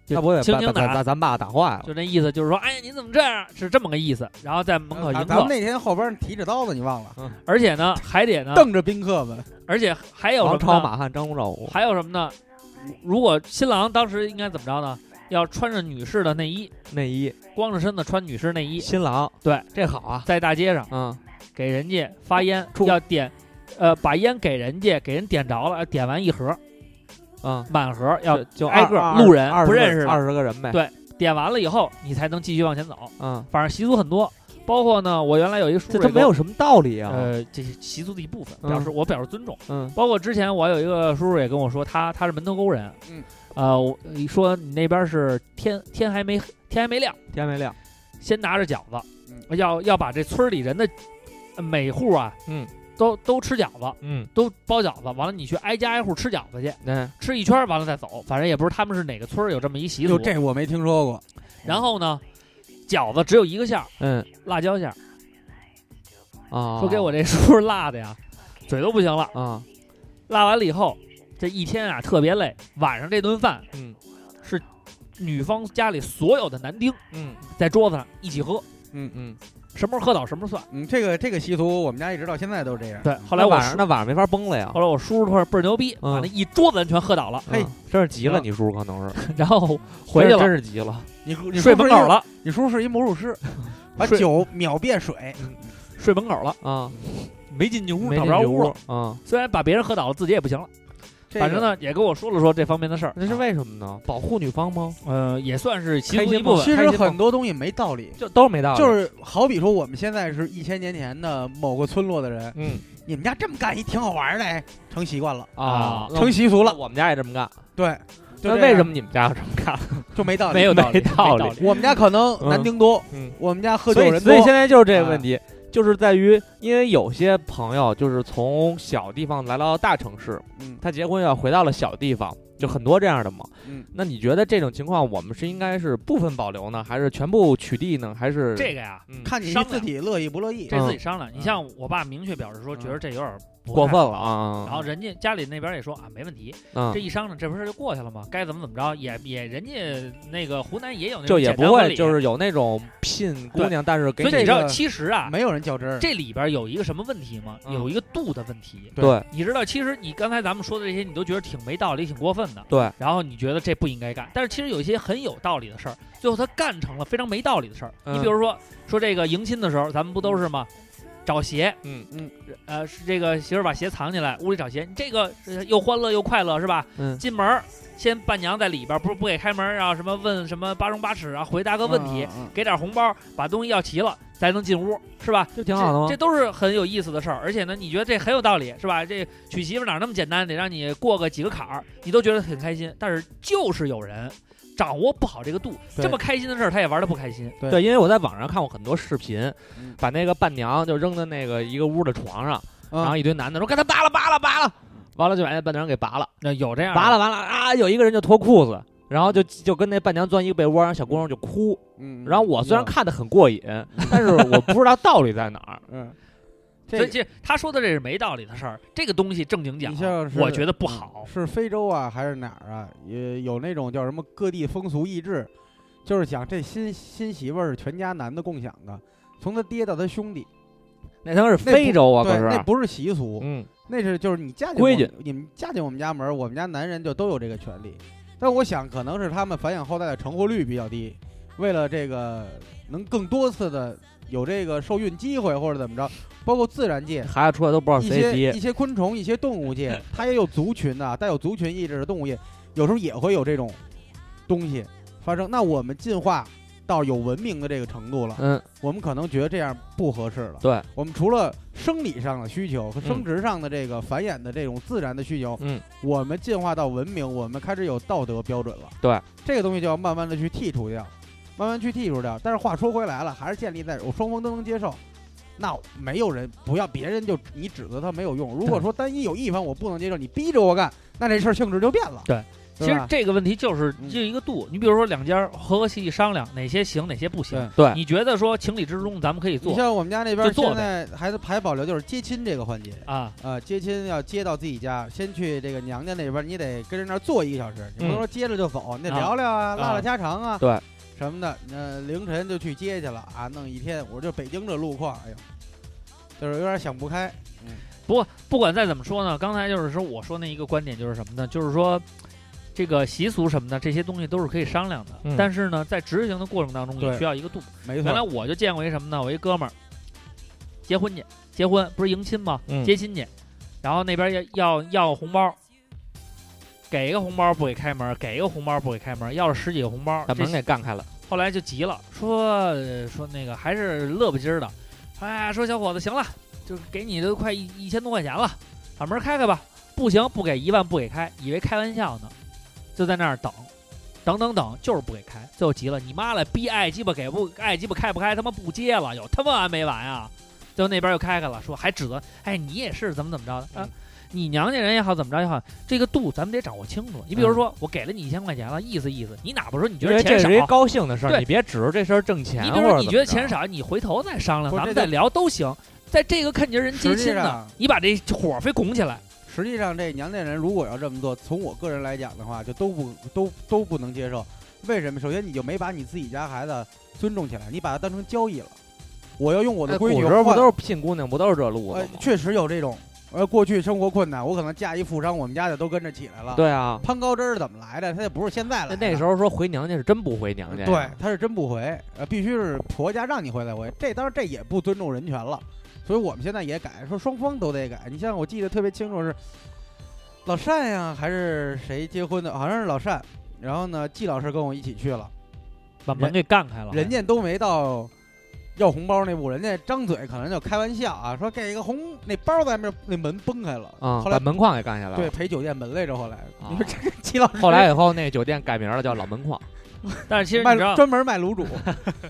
A: 他不会
C: 轻
A: 把
C: 轻
A: 把
C: 打
A: 咱咱咱爸打坏了？
C: 就那意思，就是说，哎呀，你怎么这样？是这么个意思。然后在门口
B: 啊
C: 迎
B: 咱们
C: 客，啊
B: 那天后边提着刀子，你忘了？
C: 而且呢，还得呢，
B: 瞪着宾客们，
C: 而且还有
A: 王
C: 什么
A: 超、
C: 呢？
A: 马汉、张公赵武，
C: 还有什么呢？如果新郎当时应该怎么着呢？要穿着女士的内衣，
A: 内衣
C: 光着身子穿女士内衣，
A: 新郎，
C: 对，
A: 这好啊，
C: 在大街上
A: 嗯，
C: 给人家发烟，
A: 出
C: 要点，呃，把烟给人家，给人点着了，点完一盒，
A: 嗯，
C: 满盒要
A: 就就
C: 挨
A: 二
C: 个
A: 二
C: 路人
A: 二十
C: 不
A: 个
C: 认识的
A: 二十个人呗，
C: 对点完了以后，你才能继续往前走。
A: 嗯，
C: 反正习俗很多，包括呢，我原来有一叔
A: 这
C: 叔
A: 他
C: 也跟我，
A: 没有什么道理啊，
C: 呃，这是习俗的一部分，
A: 嗯
C: 表示我表示尊重。
A: 嗯，
C: 包括之前我有一个叔叔也跟我说，他他是门头沟人，
B: 嗯，
C: 呃，我你说你那边是天天还没黑天还没亮，
A: 天没亮，
C: 先拿着饺子，
B: 嗯
C: 要要把这村里人的呃每户啊，
A: 嗯，
C: 都都吃饺子，
A: 嗯，
C: 都包饺子，完了你去挨家挨户吃饺子去，
A: 那
C: 吃一圈儿完了再走，反正也不是他们是哪个村儿有这么一习
B: 就
C: 俗。
B: 这我没听说过。
C: 然后呢，饺子只有一个馅儿，
A: 嗯
C: 辣椒馅儿，
A: 啊，嗯
C: 说给我这叔叔辣的呀，嘴都不行了。
A: 啊，
C: 辣完了以后，这一天啊特别累，晚上这顿饭
A: 嗯
C: 女方家里所有的男丁
A: 嗯
C: 在桌子上一起喝，
A: 嗯，
C: 什么时候喝倒什么时候算。
B: 嗯，这个这个习俗，我们家一直到现在都是这样。
C: 对，后
A: 后
C: 来
A: 来
C: 我
A: 晚上
C: 叔，
A: 那晚上没法崩了呀
C: 后，来我叔叔突然倍儿牛逼，
A: 嗯
C: 把那一桌子人全喝倒了，
A: 嗯，真是急了，
C: 嗯
A: 你叔可能是
C: 然后 (laughs) 回去
A: 真
C: 了，
A: 是急了，
B: 你你
C: 睡
B: 叔是
C: 门
B: 一
C: 口，了，
B: 你叔是一魔术师，把
C: 睡
B: 酒秒变水。
C: 睡门口了，
A: 啊，
C: 嗯没进去屋，
A: 没
C: 找
A: 进
C: 不着
A: 去
C: 屋了。
A: 啊，
C: 虽然把别人喝倒了，自己也不行了。
B: 这
C: 反
B: 个
C: 正，呢，也跟我说了说这方面的事儿。啊
A: 那是为什么呢？保护女方吗？
C: 呃，也算是其
A: 开
C: 中
A: 心
C: 一部
A: 吗
C: 分。
B: 其
A: 开
B: 实
A: 心吗
B: 很多东西没道理。
A: 就都是没道理，
B: 就是好比说，我们现在是一千年前的某个村落的人，
A: 嗯
B: 你们家这么干也挺好玩儿的，哎成习惯了，
C: 啊
A: 啊，那
B: 成习俗
A: 我
B: 了。
A: 我们家也这么干，
B: 对，就
A: 那
B: 这
A: 为
B: 样
A: 什么你们家要这么干？
B: 就没道理？
C: 没有
A: 没道
C: 道理
A: 理
C: 没
B: 我们家可能男丁多，
A: 嗯，
B: 我们家喝酒
A: (laughs) 所以
B: 人
A: 所
B: 多
A: 以，现在就是这个问题，就是在于因为有些朋友就是从小地方来到大城市，
B: 嗯
A: 他结婚要回到了小地方，就很多这样的嘛。
B: 嗯，
A: 那你觉得这种情况，我们是应该是部分保留呢，还是全部取缔呢？还是
C: 这个呀，
A: 嗯
B: 看你
C: 商量
B: 自己乐意不乐意。
C: 这自己商量。你
A: 嗯
C: 像我爸明确表示说，
A: 嗯
C: 觉得这有点不
A: 过
C: 看
A: 分了。啊！
C: 然后人家家里那边也说啊，没问题，
A: 嗯
C: 这，一商量，这不是就过去了吗？该怎么怎么着，也也人家那个湖南也有那
A: 就
C: 种
A: 也
C: 简单
A: 不
C: 婚
A: 会
C: 礼
A: 就是有那种聘姑
C: 对
A: 娘，但是给
C: 所以你
A: 你
C: 知道，
B: 个
C: 其实啊，
B: 没有人较真儿。
C: 这里边有一个什么问题吗？
A: 嗯
C: 有一个度的问题。
A: 对
C: 你知道，其实你刚才咱们说的这些，你都觉得挺没道理、挺过分的。
A: 对。
C: 然后你觉得这不应该干，但是其实有一些很有道理的事儿，最后他干成了非常没道理的事儿。
A: 嗯
C: 你比如说，说这个迎亲的时候，咱们不都是吗？找鞋，
A: 嗯
B: 嗯，
C: 呃，是这个媳妇儿把鞋藏起来，屋里找鞋，你这个、呃又欢乐又快乐是吧？
A: 嗯
C: 进门儿先伴娘在里边儿，不是不给开门儿啊，什么问什么八荣八耻啊，回答个问题，
B: 嗯，嗯
C: 给点红包，把东西要齐了才能进屋，是吧？
A: 这挺好的吗
B: 哦
C: 这？这都是很有意思的事儿，而且呢，你觉得这很有道理，是吧？这娶媳妇哪那么简单，得让你过个几个坎儿，你都觉得很开心。但是就是有人掌握不好这个度，
B: 对
C: 这么开心的事儿他也玩的不开心。
A: 对，因为我在网上看过很多视频
B: 嗯，
A: 把那个伴娘就扔在那个一个屋的床上，
B: 嗯
A: 然后一堆男的说给他扒拉扒拉扒拉，完了就把那伴娘给拔了，
C: 那有这样
A: 拔了完了啊，有一个人就脱裤子，然后就就跟那伴娘钻一个被窝，然后小姑娘就哭。
B: 嗯，嗯
A: 然后我虽然，看得很过瘾，但是我不知道道理在哪 (laughs) 儿。
B: (laughs) 嗯，
C: 所
B: 这
C: 以这他说的这是没道理的事儿，这个东西正经讲
B: 你，像是嗯
C: 我觉得不好。
B: 是非洲啊还是哪儿啊？也有那种叫什么各地风俗异制，就是讲这新新媳妇儿是全家男的共享的，从他爹到他兄弟，
A: 那他妈是
B: 那不
A: 非洲啊，可
B: 对，那
A: 是，
B: 不是习俗，
A: 嗯，
B: 那是就是你嫁进
A: 规
B: 我
A: 矩
B: 们，你们嫁进我们家门儿，我们家男人就都有这个权利。但我想可能是他们繁衍后代的成活率比较低，为了这个能更多次的有这个受孕机会或者怎么着，包括自然界
A: 孩子出来都不知道
B: 一
A: 谁
B: 些
A: 爹
B: 一。些昆虫、一些动物界，它也有族群的、带有族群意志的动物界，有时候也会有这种东西发生。那我们进化到有文明的这个程度了，
A: 嗯，
B: 我们可能觉得这样不合适了。
A: 对，
B: 我们除了生理上的需求和
C: 嗯
B: 生殖上的这个繁衍的这种自然的需求，
A: 嗯，
B: 我们进化到文明，我们开始有道德标准了。
A: 对，
B: 这个东西就要慢慢的去剔除掉，慢慢去剔除掉。但是话说回来了，还是建立在我双方都能接受。那没有人不要别人就你指责他没有用。如果说单一有一方我不能接受，你逼着我干，那这事儿性质就变了。
C: 对其
B: 对
C: 实
B: 吧，
C: 这个问题就是
B: 嗯
C: 就一个度，你比如说两家和和气气商量哪些行哪些不行，
A: 对
C: 你觉得说情理之中咱们可以
B: 你
C: 做
B: 像我们家那边
C: 就做
B: 现在还还保留就是接亲这个环节。
C: 啊，
B: 呃，接亲要接到自己家，先去这个娘家那边，你得跟人那儿坐一个小时，你不能
A: 嗯
B: 说接着就走，你得
C: 啊
B: 聊聊啊，拉
C: 啊
B: 拉家常啊，
A: 对，
B: 什么的。呃，凌晨就去接去了啊，弄一天。我就北京这路况，哎呦，就是有点想不开。
C: 不过不管再怎么说呢，刚才就是说我说那一个观点就是什么呢？就是说这个习俗什么的，这些东西都是可以商量的，
A: 嗯
C: 但是呢，在执行的过程当中
B: 对
C: 也需要一个度。
B: 没
C: 原来
B: 错，
C: 我就见过一什么呢？我一哥们儿结婚去，结婚不是迎亲吗？
A: 嗯
C: 接亲去，然后那边要要要红包。给一个红包不给开门，给一个红包不给开门，要了十几个红包，
A: 把
C: 这
A: 门给干开了，
C: 后来就急了，说呃说那个还是乐不唧儿的，哎，说小伙子行了，就是给你都快一一千多块钱了，把门开开吧，不行不给一万不给开，以为开玩笑呢，就在那儿等，等等等，就是不给开，最后急了，你妈了逼爱鸡巴给不爱鸡巴开不开，他妈不接了，有他妈完没完啊？最后那边又开开了，说还指责，哎你也是怎么怎么着的
A: 嗯
C: 啊？你娘家人也好，怎么着也好，这个度咱们得掌握清楚。你比如说，我给了你一千块钱了，意思意思。你哪怕说你
A: 嗯
C: 觉
A: 因
C: 得
A: 为
C: 钱
A: 这
C: 少
A: 是，一高兴的事儿，
C: 对
A: 你别指着这事儿挣钱
C: 你
A: 或
C: 比
A: 者怎
C: 如
A: 么着。
C: 说你觉得钱少，你回头再商量，
B: 不是
C: 咱们
B: 这
C: 再
B: 就
C: 聊都行。在这个看你这人接
B: 实际
C: 亲呢
B: 上，
C: 你把这火非拱起来，
B: 实际上这娘家人如果要这么做，从我个人来讲的话，就都不都都不能接受。为什么？首先你就没把你自己家孩子尊重起来，你把他当成交易了。我要用我的
A: 哎
B: 闺女
A: 古时候不
B: 换
A: 都是聘姑娘，不都是这路子
B: 呃
A: 吗，？
B: 确实有这种。呃，过去生活困难，我可能嫁一富商，我们家的都跟着起来了。，
A: 对啊，
B: 攀高枝儿怎么来的？他也不是现在来
A: 那
B: 的。
A: (laughs) 那时候说回娘家是真不回娘家呀，
B: 对，他是真不回，呃，必须是婆家让你回来回。这当然这也不尊重人权了，所以我们现在也改，说双方都得改。你像我记得特别清楚是老单呀、还是谁结婚的？好像是老单。然后呢，季老师跟我一起去了，
C: 把门给干开了。
B: 人家都没到要红包那步，人家张嘴可能就开玩笑啊，说给一个红，那包在那那门崩开了。
A: 啊，
B: 后
A: 把
B: 来
A: 门框给干下来了。
B: 对，赔酒店门来着。后来，
A: 啊
B: 你说这个季老师
A: 后来以后那酒店改名了，叫老门框。
C: 但是其实
B: 卖
C: 你知道，
B: 专门卖
A: (laughs)
B: 卤煮，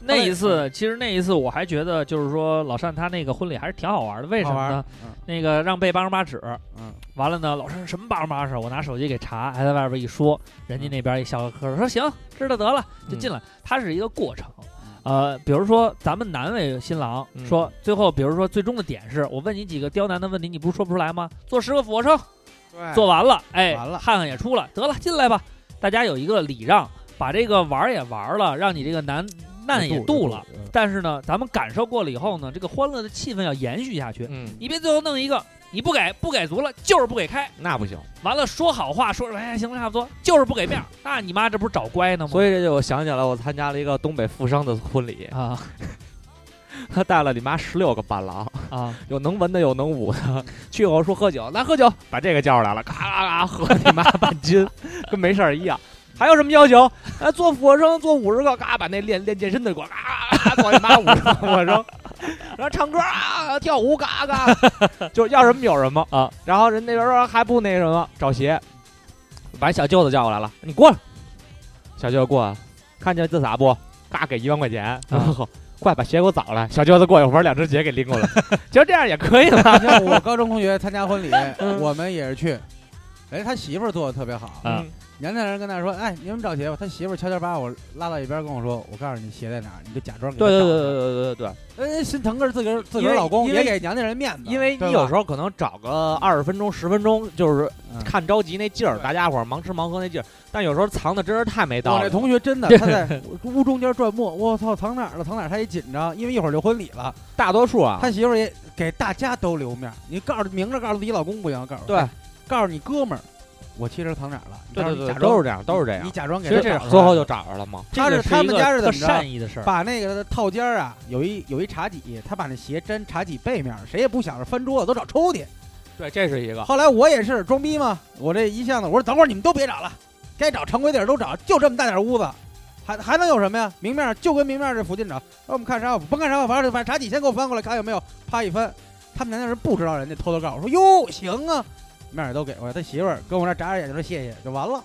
C: 那一次，其实那一次我还觉得，就是说老单他那个婚礼还是挺好玩的。为什
B: 好
C: 么
B: 玩
C: 呢
B: 儿？。
C: 那个让背八十八指，
B: 嗯
C: 完了呢，老师什么八十八指？我拿手机给查，还在外边一说，人家那边一小哥说行，知道得了，就进来。它是一个过程，呃，比如说咱们难为新郎
A: 嗯
C: 说，最后比如说最终的点是我问你几个刁难的问题，你不是说不出来吗？做十个俯卧撑，
B: 嗯
C: 做完了，哎，
B: 完了
C: 汉汉也出了，得了，进来吧，大家有一个礼让，把这个玩儿也玩儿了，让你这个难难
B: 哎
C: 也度了。，但是呢，咱们感受过了以后呢，这个欢乐的气氛要延续下去，
A: 嗯，
C: 你别最后弄一个你不给不给足了，就是不给开，
A: 那不行。
C: 完了说好话说哎行了差不多，就是不给面儿，那你妈这不是找乖呢吗？
A: 所以这就我想起来，我参加了一个东北富商的婚礼，
C: 啊
A: 他带了你妈十六个伴郎，
C: 啊，
A: 有能文的，有能武的。去后说喝酒，来喝酒，把这个叫上来了，咔咔咔喝你 (laughs) 妈半斤，跟没事儿一样。还有什么要求？啊，做俯卧撑做五十个，嘎把那练练健身的给我嘎嘎嘎做你妈五十个俯卧撑，然后唱歌啊跳舞嘎嘎，就是要什么有什么
C: 啊。
A: 然后人那边说还不那什么找鞋，把小舅子叫过来了，你过来。小舅子过来了，看见这啥不？嘎给一万块钱，然后快把鞋给我找来。小舅子过一会儿两只鞋给拎过来，其实这样也可以了。
B: 像我高中同学参
A: (laughs)
B: 加婚礼，
A: 嗯
B: 我们也是去，哎，他媳妇儿做的特别好，
A: 嗯
C: 啊
B: 娘家人跟那说，哎，你们找鞋吧。他媳妇儿悄悄把我拉到一边跟我说，我告诉你鞋在哪儿，你就假装给
A: (laughs) 对对
B: 他找
A: 对
B: 着。
A: 对对对对，
B: 哎，心疼个儿自个儿自个
A: 因
B: 儿
A: 为
B: 老公
A: 因
B: 也
A: 为
B: 给娘家人面子，
A: 因为你
B: 对
A: 有
B: 吧
A: 时候可能找个二十分钟、十分钟，就是
B: 嗯
A: 看着急那劲儿，
B: 对
A: 大家伙儿忙吃忙喝那劲儿，但有时候藏的真是太没
B: 我
A: 道理
B: 那
A: 了。
B: 同学
A: (laughs)
B: 真的，他在屋中间转磨，我操，藏哪儿了？藏哪儿？他也紧张，因为一会儿就婚礼了。
A: 大多数啊，
B: 他媳妇儿也给大家都留面儿，你告诉明着告诉自己老公不行，告诉
A: 对，
B: 哎告诉你哥们儿，我其实藏哪儿了。你
A: 对
B: 告诉
A: 对
B: 你
A: 对
B: 假，装
A: 都是这样，都是这
B: 你
A: 样。
B: 假装给
A: 其
B: 他
A: 实这
B: 找出
A: 最
B: 来
A: 后就找着了嘛。
C: 这个
B: 他是他
C: 一
B: 们
C: 个
B: 家是怎
C: 特
B: 么着
C: 善意的事儿，
B: 把那个套间儿啊，有一有一茶几，他把那鞋粘茶几背面儿，谁也不想着翻桌子，都找抽屉。
A: 对，这是一个。
B: 后来我也是装逼嘛，我这一向子，我说等会儿你们都别找了，该找常规地儿都找，就这么大点屋子，还还能有什么呀？明面儿就跟明面儿这附近找，让我们看啥，甭看啥，反正反正茶几先给我翻过来，看有没有，啪一翻，他们娘家人不知道，人家偷偷告诉我说哟行啊，面儿都给我，他媳妇儿跟我那眨眨眼睛说谢谢就完了，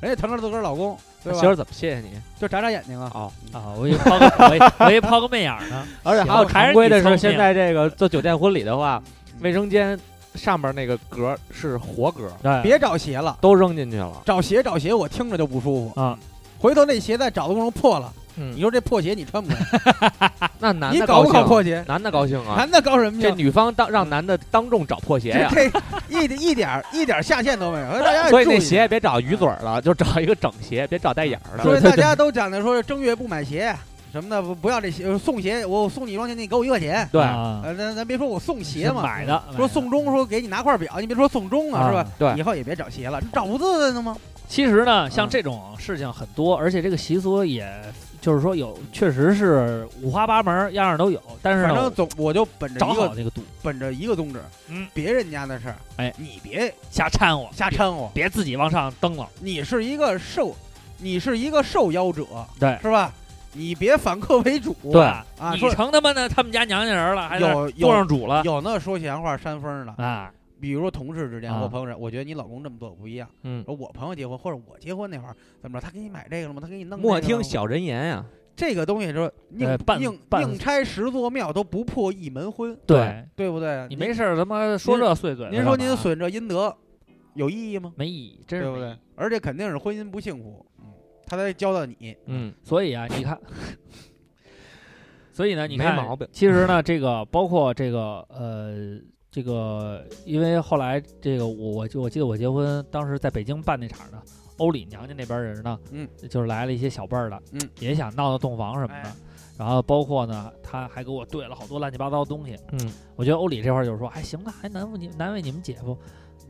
B: 人家疼着自个儿老公，对
A: 媳
B: 吧？
A: 妇儿怎么谢谢你？
B: 就眨眨眼睛啊，
A: 哦，
C: 啊，我以为抛个我以我以为抛个媚眼儿
B: (laughs)
C: 呢，
A: 而且还
C: 行
A: 有
C: 还是
A: 常规的
C: 你聪
A: 是，
C: 明
A: 现在这个做酒店婚礼的话，
B: 嗯
A: 卫生间上面那个格儿是活格儿，
C: 对
B: 别找鞋了。
A: 都扔进去了。
B: 找鞋找鞋，我听着就不舒服
C: 啊。
B: 回头那鞋在找的过程中破了，
A: 嗯
B: 你说这破鞋你穿不穿？
A: 那 (laughs) 男
B: 你
A: 的高
B: 搞不搞破
A: 兴，
B: 鞋？
A: 男的高兴啊。
B: 男的搞什么
A: 这
B: 劲？
A: 女方当让男的当众找破鞋
B: 这
A: 呀，
B: 这一点一点儿一点儿下限都没有，大家也
C: (laughs)
A: 所以那
B: 注意
A: 鞋也。别找鱼嘴儿了，就找一个整鞋，别找带眼儿的。
C: (laughs)
B: 所以大家都讲的说正月不买鞋什么的，不不要这鞋，送鞋我送你一双鞋，你给我一块钱。
A: 对
C: 啊
B: 呃，咱咱别说我送鞋
C: 是
B: 嘛，
C: 买的
B: 说送钟，说给你拿块表，你别说送钟啊，是吧？？
A: 对
B: 以后也别找鞋了，你找不自在吗？
C: 其实呢，像
B: 嗯
C: 这种事情很多，而且这个习俗也就是说有，确实是五花八门儿，样样都有。但是
B: 反
C: 呢
B: 正，总我就本着
C: 找
B: 一
C: 好
B: 个
C: 那个度，
B: 本着一个宗旨，
C: 嗯，
B: 别人家的事儿，
C: 哎
B: 你别
C: 瞎掺和，
B: 瞎掺和，
C: 别，别自己往上蹬了。
B: 你是一个受，你是一个受邀者，
C: 对
B: 是吧？你别反客为主，
A: 对
C: 啊
B: 啊
C: 你
B: 说
C: 成他妈的他们家娘家人了，还在
B: 有
C: 做
B: 有
C: 上主了
B: 有那说闲话煽风的，
C: 啊！
B: 比如说同事之间
C: 啊
B: 或朋友之间，我觉得你老公这么做不一样。
A: 嗯
B: 说我朋友结婚或者我结婚那会儿怎么着，他给你买这个了吗？他给你弄这
A: 莫
B: 个了吗
A: 听小人言呀。
B: 这个东西说宁
C: 呃半
B: 宁
C: 半
B: 宁拆十座庙都不破一门婚，
C: 对
B: 对不对？
C: 你没事儿他妈说这碎嘴的干嘛，
B: 您说您损这阴德有意义吗？
C: 没意义，真是
B: 对不
C: 没意义
B: 对？？而且肯定是婚姻不幸福，嗯，他才教到你，
A: 嗯，
C: 所以啊，你看， (laughs) 所以呢，你
A: 没
C: 看，
A: 毛病
C: 其实呢，这个包括这个呃，这个因为后来这个我我就我记得我结婚当时在北京办那场呢，欧里娘家那边人呢，
B: 嗯，
C: 就是来了一些小辈儿的，
B: 嗯，
C: 也想闹闹洞房什么的。
B: 哎
C: 然后包括呢，他还给我兑了好多乱七八糟的东西。
A: 嗯，
C: 我觉得欧里这块儿就是说，哎，行了，还难为你难为你们姐夫，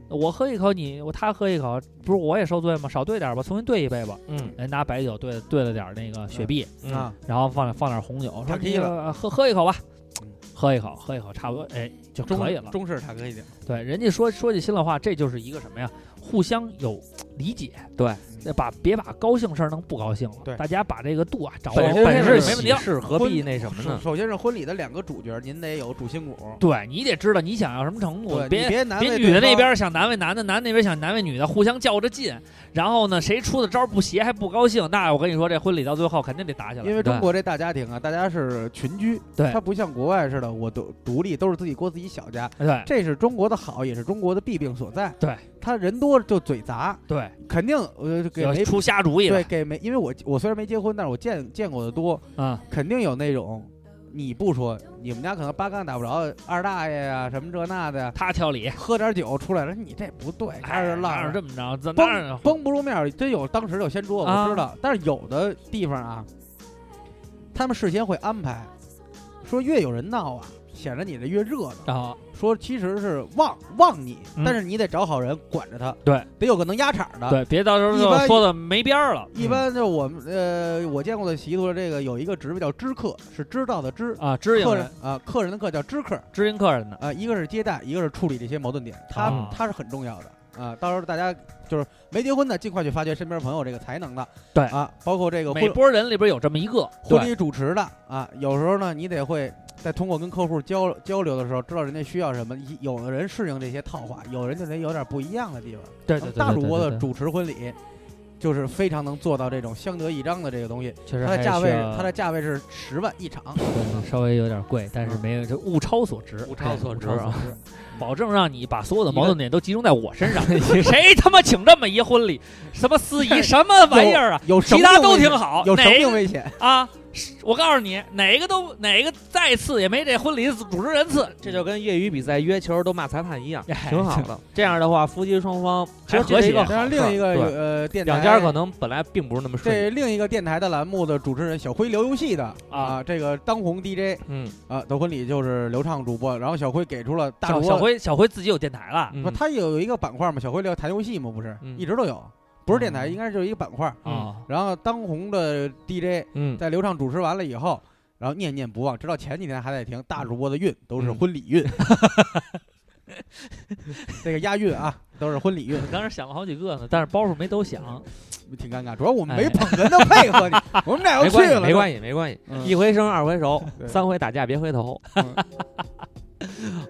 C: 我喝一口你，我他喝一口，不是我也受罪吗？少兑点儿吧，重新兑一杯吧。
A: 嗯
C: 人哎拿白酒兑兑了点儿那个雪碧，
A: 嗯
B: 啊，
C: 然后放点放点红酒，说
B: 塔基
C: 这
B: 了
C: 个呃喝喝一口吧
B: 嗯，
C: 喝一口喝一口，差不多哎就
B: 中
C: 可以了。
B: 中式塔可以的。
C: 对，人家说说句心里话，这就是一个什么呀？互相有理解，
A: 对，
C: 把别把高兴事儿弄不高兴了，
B: 对
C: 大家把这个度啊掌握
A: 本
C: 好，
A: 是
C: 本
A: 本
C: 事
A: 是
C: 没问题
A: 喜
C: 了。
A: 事，何必那什么
B: 首
A: 呢？
B: 首先是婚礼的两个主角，您得有主心骨，
C: 对你得知道你想要什么程度
B: 对，，你
C: 别
B: 别难为
C: 别
B: 对
C: 女的那
B: 方
C: 边想难为男的，男的那边想难为女的，互相较着劲。然后呢，谁出的招儿不邪还不高兴，那我跟你说，这婚礼到最后肯定得打起来。
B: 因为中国这大家庭啊，大家是群居，
C: 对
B: 它不像国外似的，我独独立，都是自己过自己小家。
C: 对
B: 这是中国的好，也是中国的弊病所在。
C: 对，
B: 他人多就嘴杂，
C: 对
B: 肯定呃给没
C: 出瞎主意了
B: 对，给没，因为我我虽然没结婚，但是我见见过的多，
E: 啊，
B: 肯定有那种你不说，你们家可能八竿打不着二大爷呀、什么这那的呀，
C: 他挑理，
B: 喝点酒出来了，你这不对，开始
C: 哎哪有
B: 浪，
C: 这么着？
B: 崩
C: 咱当然
B: 崩不住面儿，真有当时就掀桌子，
E: 啊
B: 我知道。但是有的地方啊，他们事先会安排，说越有人闹啊，显得你这越热闹。
E: 然后
B: 说其实是旺旺你，
E: 嗯
B: 但是你得找好人管着他，
C: 对，
B: 得有个能压场的，
C: 对，别到时候
B: 啊一般
C: 就说的没边儿了。
B: 一般就我们呃，我见过的习俗，这个有一个职位叫知客，是知道的知，
C: 啊，知
B: 客
C: 应
B: 人
C: 人
B: 啊、客人的客叫知客，
C: 知应客人的，
B: 啊，一个是接待，一个是处理这些矛盾点，它、
C: 啊
B: 它是很重要的啊。到时候大家就是没结婚的，尽快去发掘身边朋友这个才能的，
E: 对
B: 啊，包括这个
C: 每
B: 婚
C: 波人里边有这么一个，
B: 婚礼主持的啊，有时候呢你得会。在通过跟客户交交流的时候，知道人家需要什么。一有的人适应这些套话，有人就得有点不一样的地方。
C: 对
B: 咱们啊大主播的主持婚礼，就是非常能做到这种相得益彰的这个东西。
C: 确实
B: 它
C: 还
B: 的
C: 是
B: 价位
C: 需，要
B: 它的价位是十万一场，
C: 对稍微有点贵，但
B: 嗯
C: 是没有就物超所值，
D: 物超所值
C: 对物超
D: 啊
C: 所值保证让你把所有的矛盾点都集中在我身上。 (laughs) 谁他妈请这么一婚礼，什么司仪，什么玩意儿啊？
B: (laughs) 有
C: 其他
B: 生命
C: 都
B: 危
C: 挺
B: 险
C: 好，
B: 有
C: 哪
B: 生命
C: 个
B: 危
C: (laughs)
B: 险。
C: 啊？是我告诉你，哪个都哪个再次也没这婚礼主持人次，
A: (laughs) 这就跟业余比赛约球都骂裁判一样，
C: 哎
A: 挺好的。这样的话，夫妻双方其实
C: 还和
A: 这是一个
C: 谐
A: 好
B: 但是
A: 事儿
B: 另一个
A: 对
B: 呃电台
A: 两家可能本来并不是那 (laughs) 么顺利。
B: 这另一个电台的栏目的主持人小辉聊游戏的啊，这个当红 DJ
A: 嗯
B: 啊的婚礼就是刘畅主播，然后小辉给出了大
C: 小
B: 主
C: 小
B: 播，
C: 辉小辉自己有电台了
A: 嗯
B: 不，他有一个板块嘛，小辉聊谈游戏嘛，不是
A: 嗯
B: 一直都有，不是电台，
C: 嗯
B: 应该就是一个板块。
C: 啊，
B: 然后当红的 DJ
A: 嗯
B: 在刘畅主持完了以后，然后念念不忘，直到前几天还在听大主播的韵都是
A: 嗯
B: 婚礼韵， (laughs) 这个押韵啊都是婚礼韵，
C: 我当时想了好几个呢，但是包袱没都想。
B: 挺尴尬。主要我们没
C: 哎
B: 捧哏的配合你，我们俩
A: 没
B: 又去
A: 关系，
B: 了，
A: 没关系，没关系。
B: 嗯
A: 一回生，二回熟，
B: 对
A: 三回打架别回头。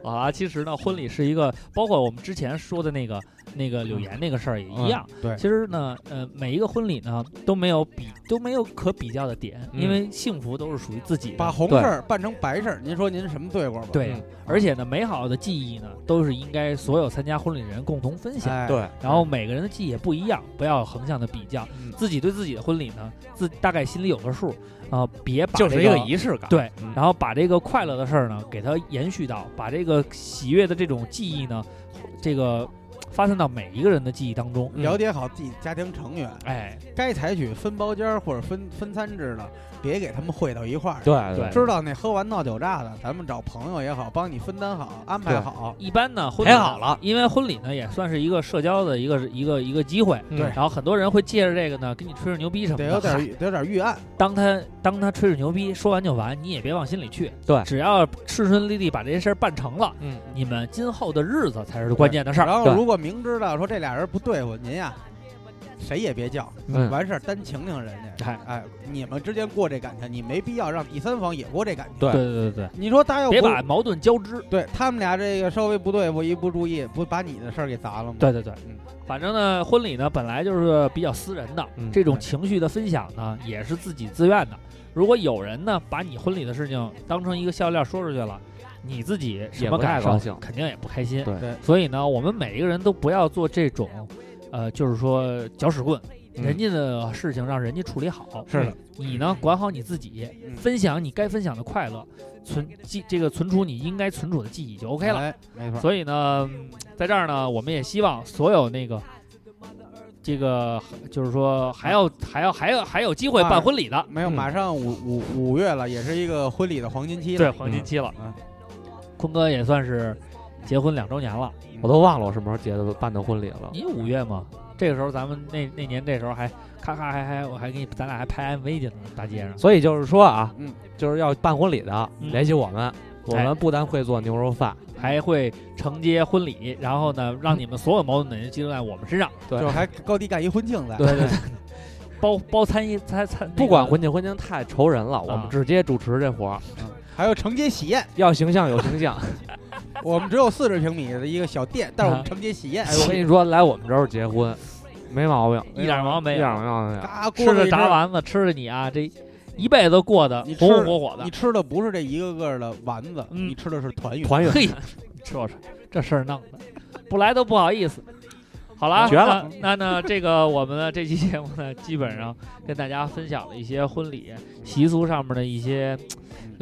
C: 啊，其实呢，婚礼是一个，包括我们之前说的那个那个柳岩那个事儿也一样。
B: 嗯对
C: 其实呢，呃，每一个婚礼呢都没有比都没有可比较的点，
A: 嗯
C: 因为幸福都是属于自己的。
B: 把红事儿办成白事儿，您说您什么罪过吧？
C: 对
A: 嗯，
C: 而且呢，美好的记忆呢，都是应该所有参加婚礼的人共同分享。
B: 哎，
A: 对，
C: 然后每个人的记忆也不一样，不要有横向的比较，
A: 嗯
C: 自己对自己的婚礼呢，自大概心里有个数啊、别把、这
A: 就是一
C: 个
A: 个仪式感。
C: 对
A: 嗯，
C: 然后把这个快乐的事儿呢，给它延续到，把这个喜悦的这种记忆呢，这个发散到每一个人的记忆当中。
B: 了解好自己家庭成员，
C: 哎，
B: 该采取分包间儿或者分分餐制的，别给他们汇到一块儿。，
A: 对
C: 对
B: 知道那喝完闹酒炸的，咱们找朋友也好，帮你分担好，安排好。
C: 一般呢，婚礼呢
A: 太好了，
C: 因为婚礼呢也算是一个社交的一个一个一个机会。
A: 嗯
C: 然后很多人会借着这个呢，跟你吹吹牛逼什么
B: 得
C: 的。
B: 有点
C: 嗨
B: 儿得有点儿预案，
C: 当他当他吹吹牛逼，说完就完，你也别往心里去。
A: 对
C: 只要顺顺利利把这些事儿办成了，
A: 嗯，
C: 你们今后的日子才是关键的事
B: 然
C: 儿。
B: 后
A: 对
B: 如果明知道说这俩人不对付，您呀，谁也别叫，
A: 嗯
B: 完事儿单请请人家。
C: 哎
B: 哎，你们之间过这感情，你没必要让第三方也过这感情。
A: 对
C: 对对对对，
B: 你说他要
C: 别
B: 不
C: 把矛盾交织。
B: 对他们俩这个稍微不对付，一不注意，不把你的事儿给砸了吗？
C: 对对对，
B: 嗯
C: 反正呢，婚礼呢本来就是比较私人的，
A: 嗯
C: 这种情绪的分享呢也是自己自愿的。如果有人呢把你婚礼的事情当成一个笑料说出去了，你自己什么
A: 也不太
C: 感受
A: 高兴
C: 肯定也不开心。
A: 对
B: 对
C: 所以呢，我们每一个人都不要做这种，呃，就是说搅屎棍。
A: 嗯
C: 人家的事情让人家处理好，
B: 是的，
C: 你呢管好你自己，
B: 嗯
C: 分享你该分享的快乐，存记这个存储你应该存储的记忆就 OK 了。
B: 哎，没错。
C: 所以呢，嗯在这儿呢，我们也希望所有那个，这个就是说还要还要还要还有机会办婚礼的，
B: 没有，
A: 嗯
B: 马上五五五月了，也是一个婚礼的黄金期
C: 对
B: 了。
C: 黄金期了
B: 嗯。
C: 坤哥也算是结婚两周年了，
A: 我都忘了我什么时候结的办的婚礼了。
C: 你五月嘛，这个时候咱们那那年这时候还咔咔还还我还给你咱俩还拍 MV 去呢，大街上。
A: 所以就是说啊，
B: 嗯
A: 就是要办婚礼的
C: 嗯
A: 联系我们，我
C: 哎
A: 们不但会做牛肉饭，
C: 还会承接婚礼，然后呢，让你们所有矛盾点就集中在我们身上，
A: 对
B: 就还高低干一婚庆在。
A: 对对，
C: (laughs) 包包参一参参，那个
A: 不管婚庆婚庆太愁人了，我们直接主持这 (laughs) 活儿，
B: 还有承接喜宴，
A: 要形象有形象。
B: 我们只有四十平米的一个小店，但是我们承接喜宴
A: (laughs) 哎，，我跟你说，来我们这儿结婚，没毛病，
C: 一点毛病没
A: 一
C: 有，
A: 点毛病没有。哎
B: 哎嘎锅
C: 吃
B: 子
C: 着
B: 一
C: 炸
B: 吃，
C: 丸子，吃着你啊，这一辈子都过得
B: 你吃
C: 红红火火的
B: 你。吃的不是这一个个的丸子，
C: 嗯
B: 你吃的是团圆。
A: 团圆，
C: 嘿，你说说这事儿弄的，不来都不好意思。好了啊，
A: 绝了
C: 那！那那这个我们的这期节目呢，基本上跟大家分享了一些婚礼习俗上面的一些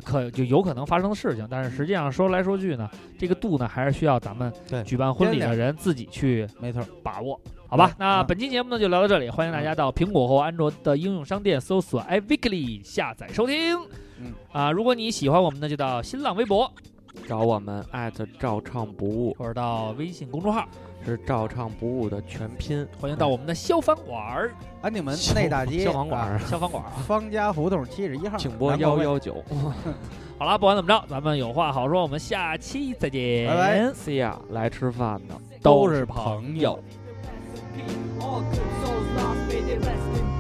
C: 可就有可能发生的事情，但是实际上说来说去呢，这个度呢还是需要咱们
B: 对
C: 举办婚礼的
B: 掂
C: 人自己去
B: (laughs) 没错儿，
C: 把握，好吧
B: 对？
C: 那
B: 嗯
C: 本期节目呢就聊到这里，欢迎大家到苹果或安卓的应用商店搜索 iWeekly 下载收听。
B: 嗯
C: 啊，如果你喜欢我们呢，就到新浪微博
A: 找我们艾特照唱不误，
C: 或者到微信公众号，
A: 是照唱不误的全拼。
C: 欢迎到我们的消防
B: (laughs)
C: 馆儿、
B: 安定门
A: 消
B: 内大街
A: 消防馆
B: 啊
A: 儿，
C: 消防馆儿啊。
B: 方家胡同七十一号，
A: 请拨
B: 南广
A: 幺
B: 卫
A: 幺九。
C: 好啦，不管怎么着，咱们有话好说，我们下期再见，
B: 拜拜
A: C 呀，来吃饭呢。
C: 都
B: 都是
C: 朋
B: 朋
C: 友
B: 友。
F: Rest in peace. All good souls lost, may they rest in peace.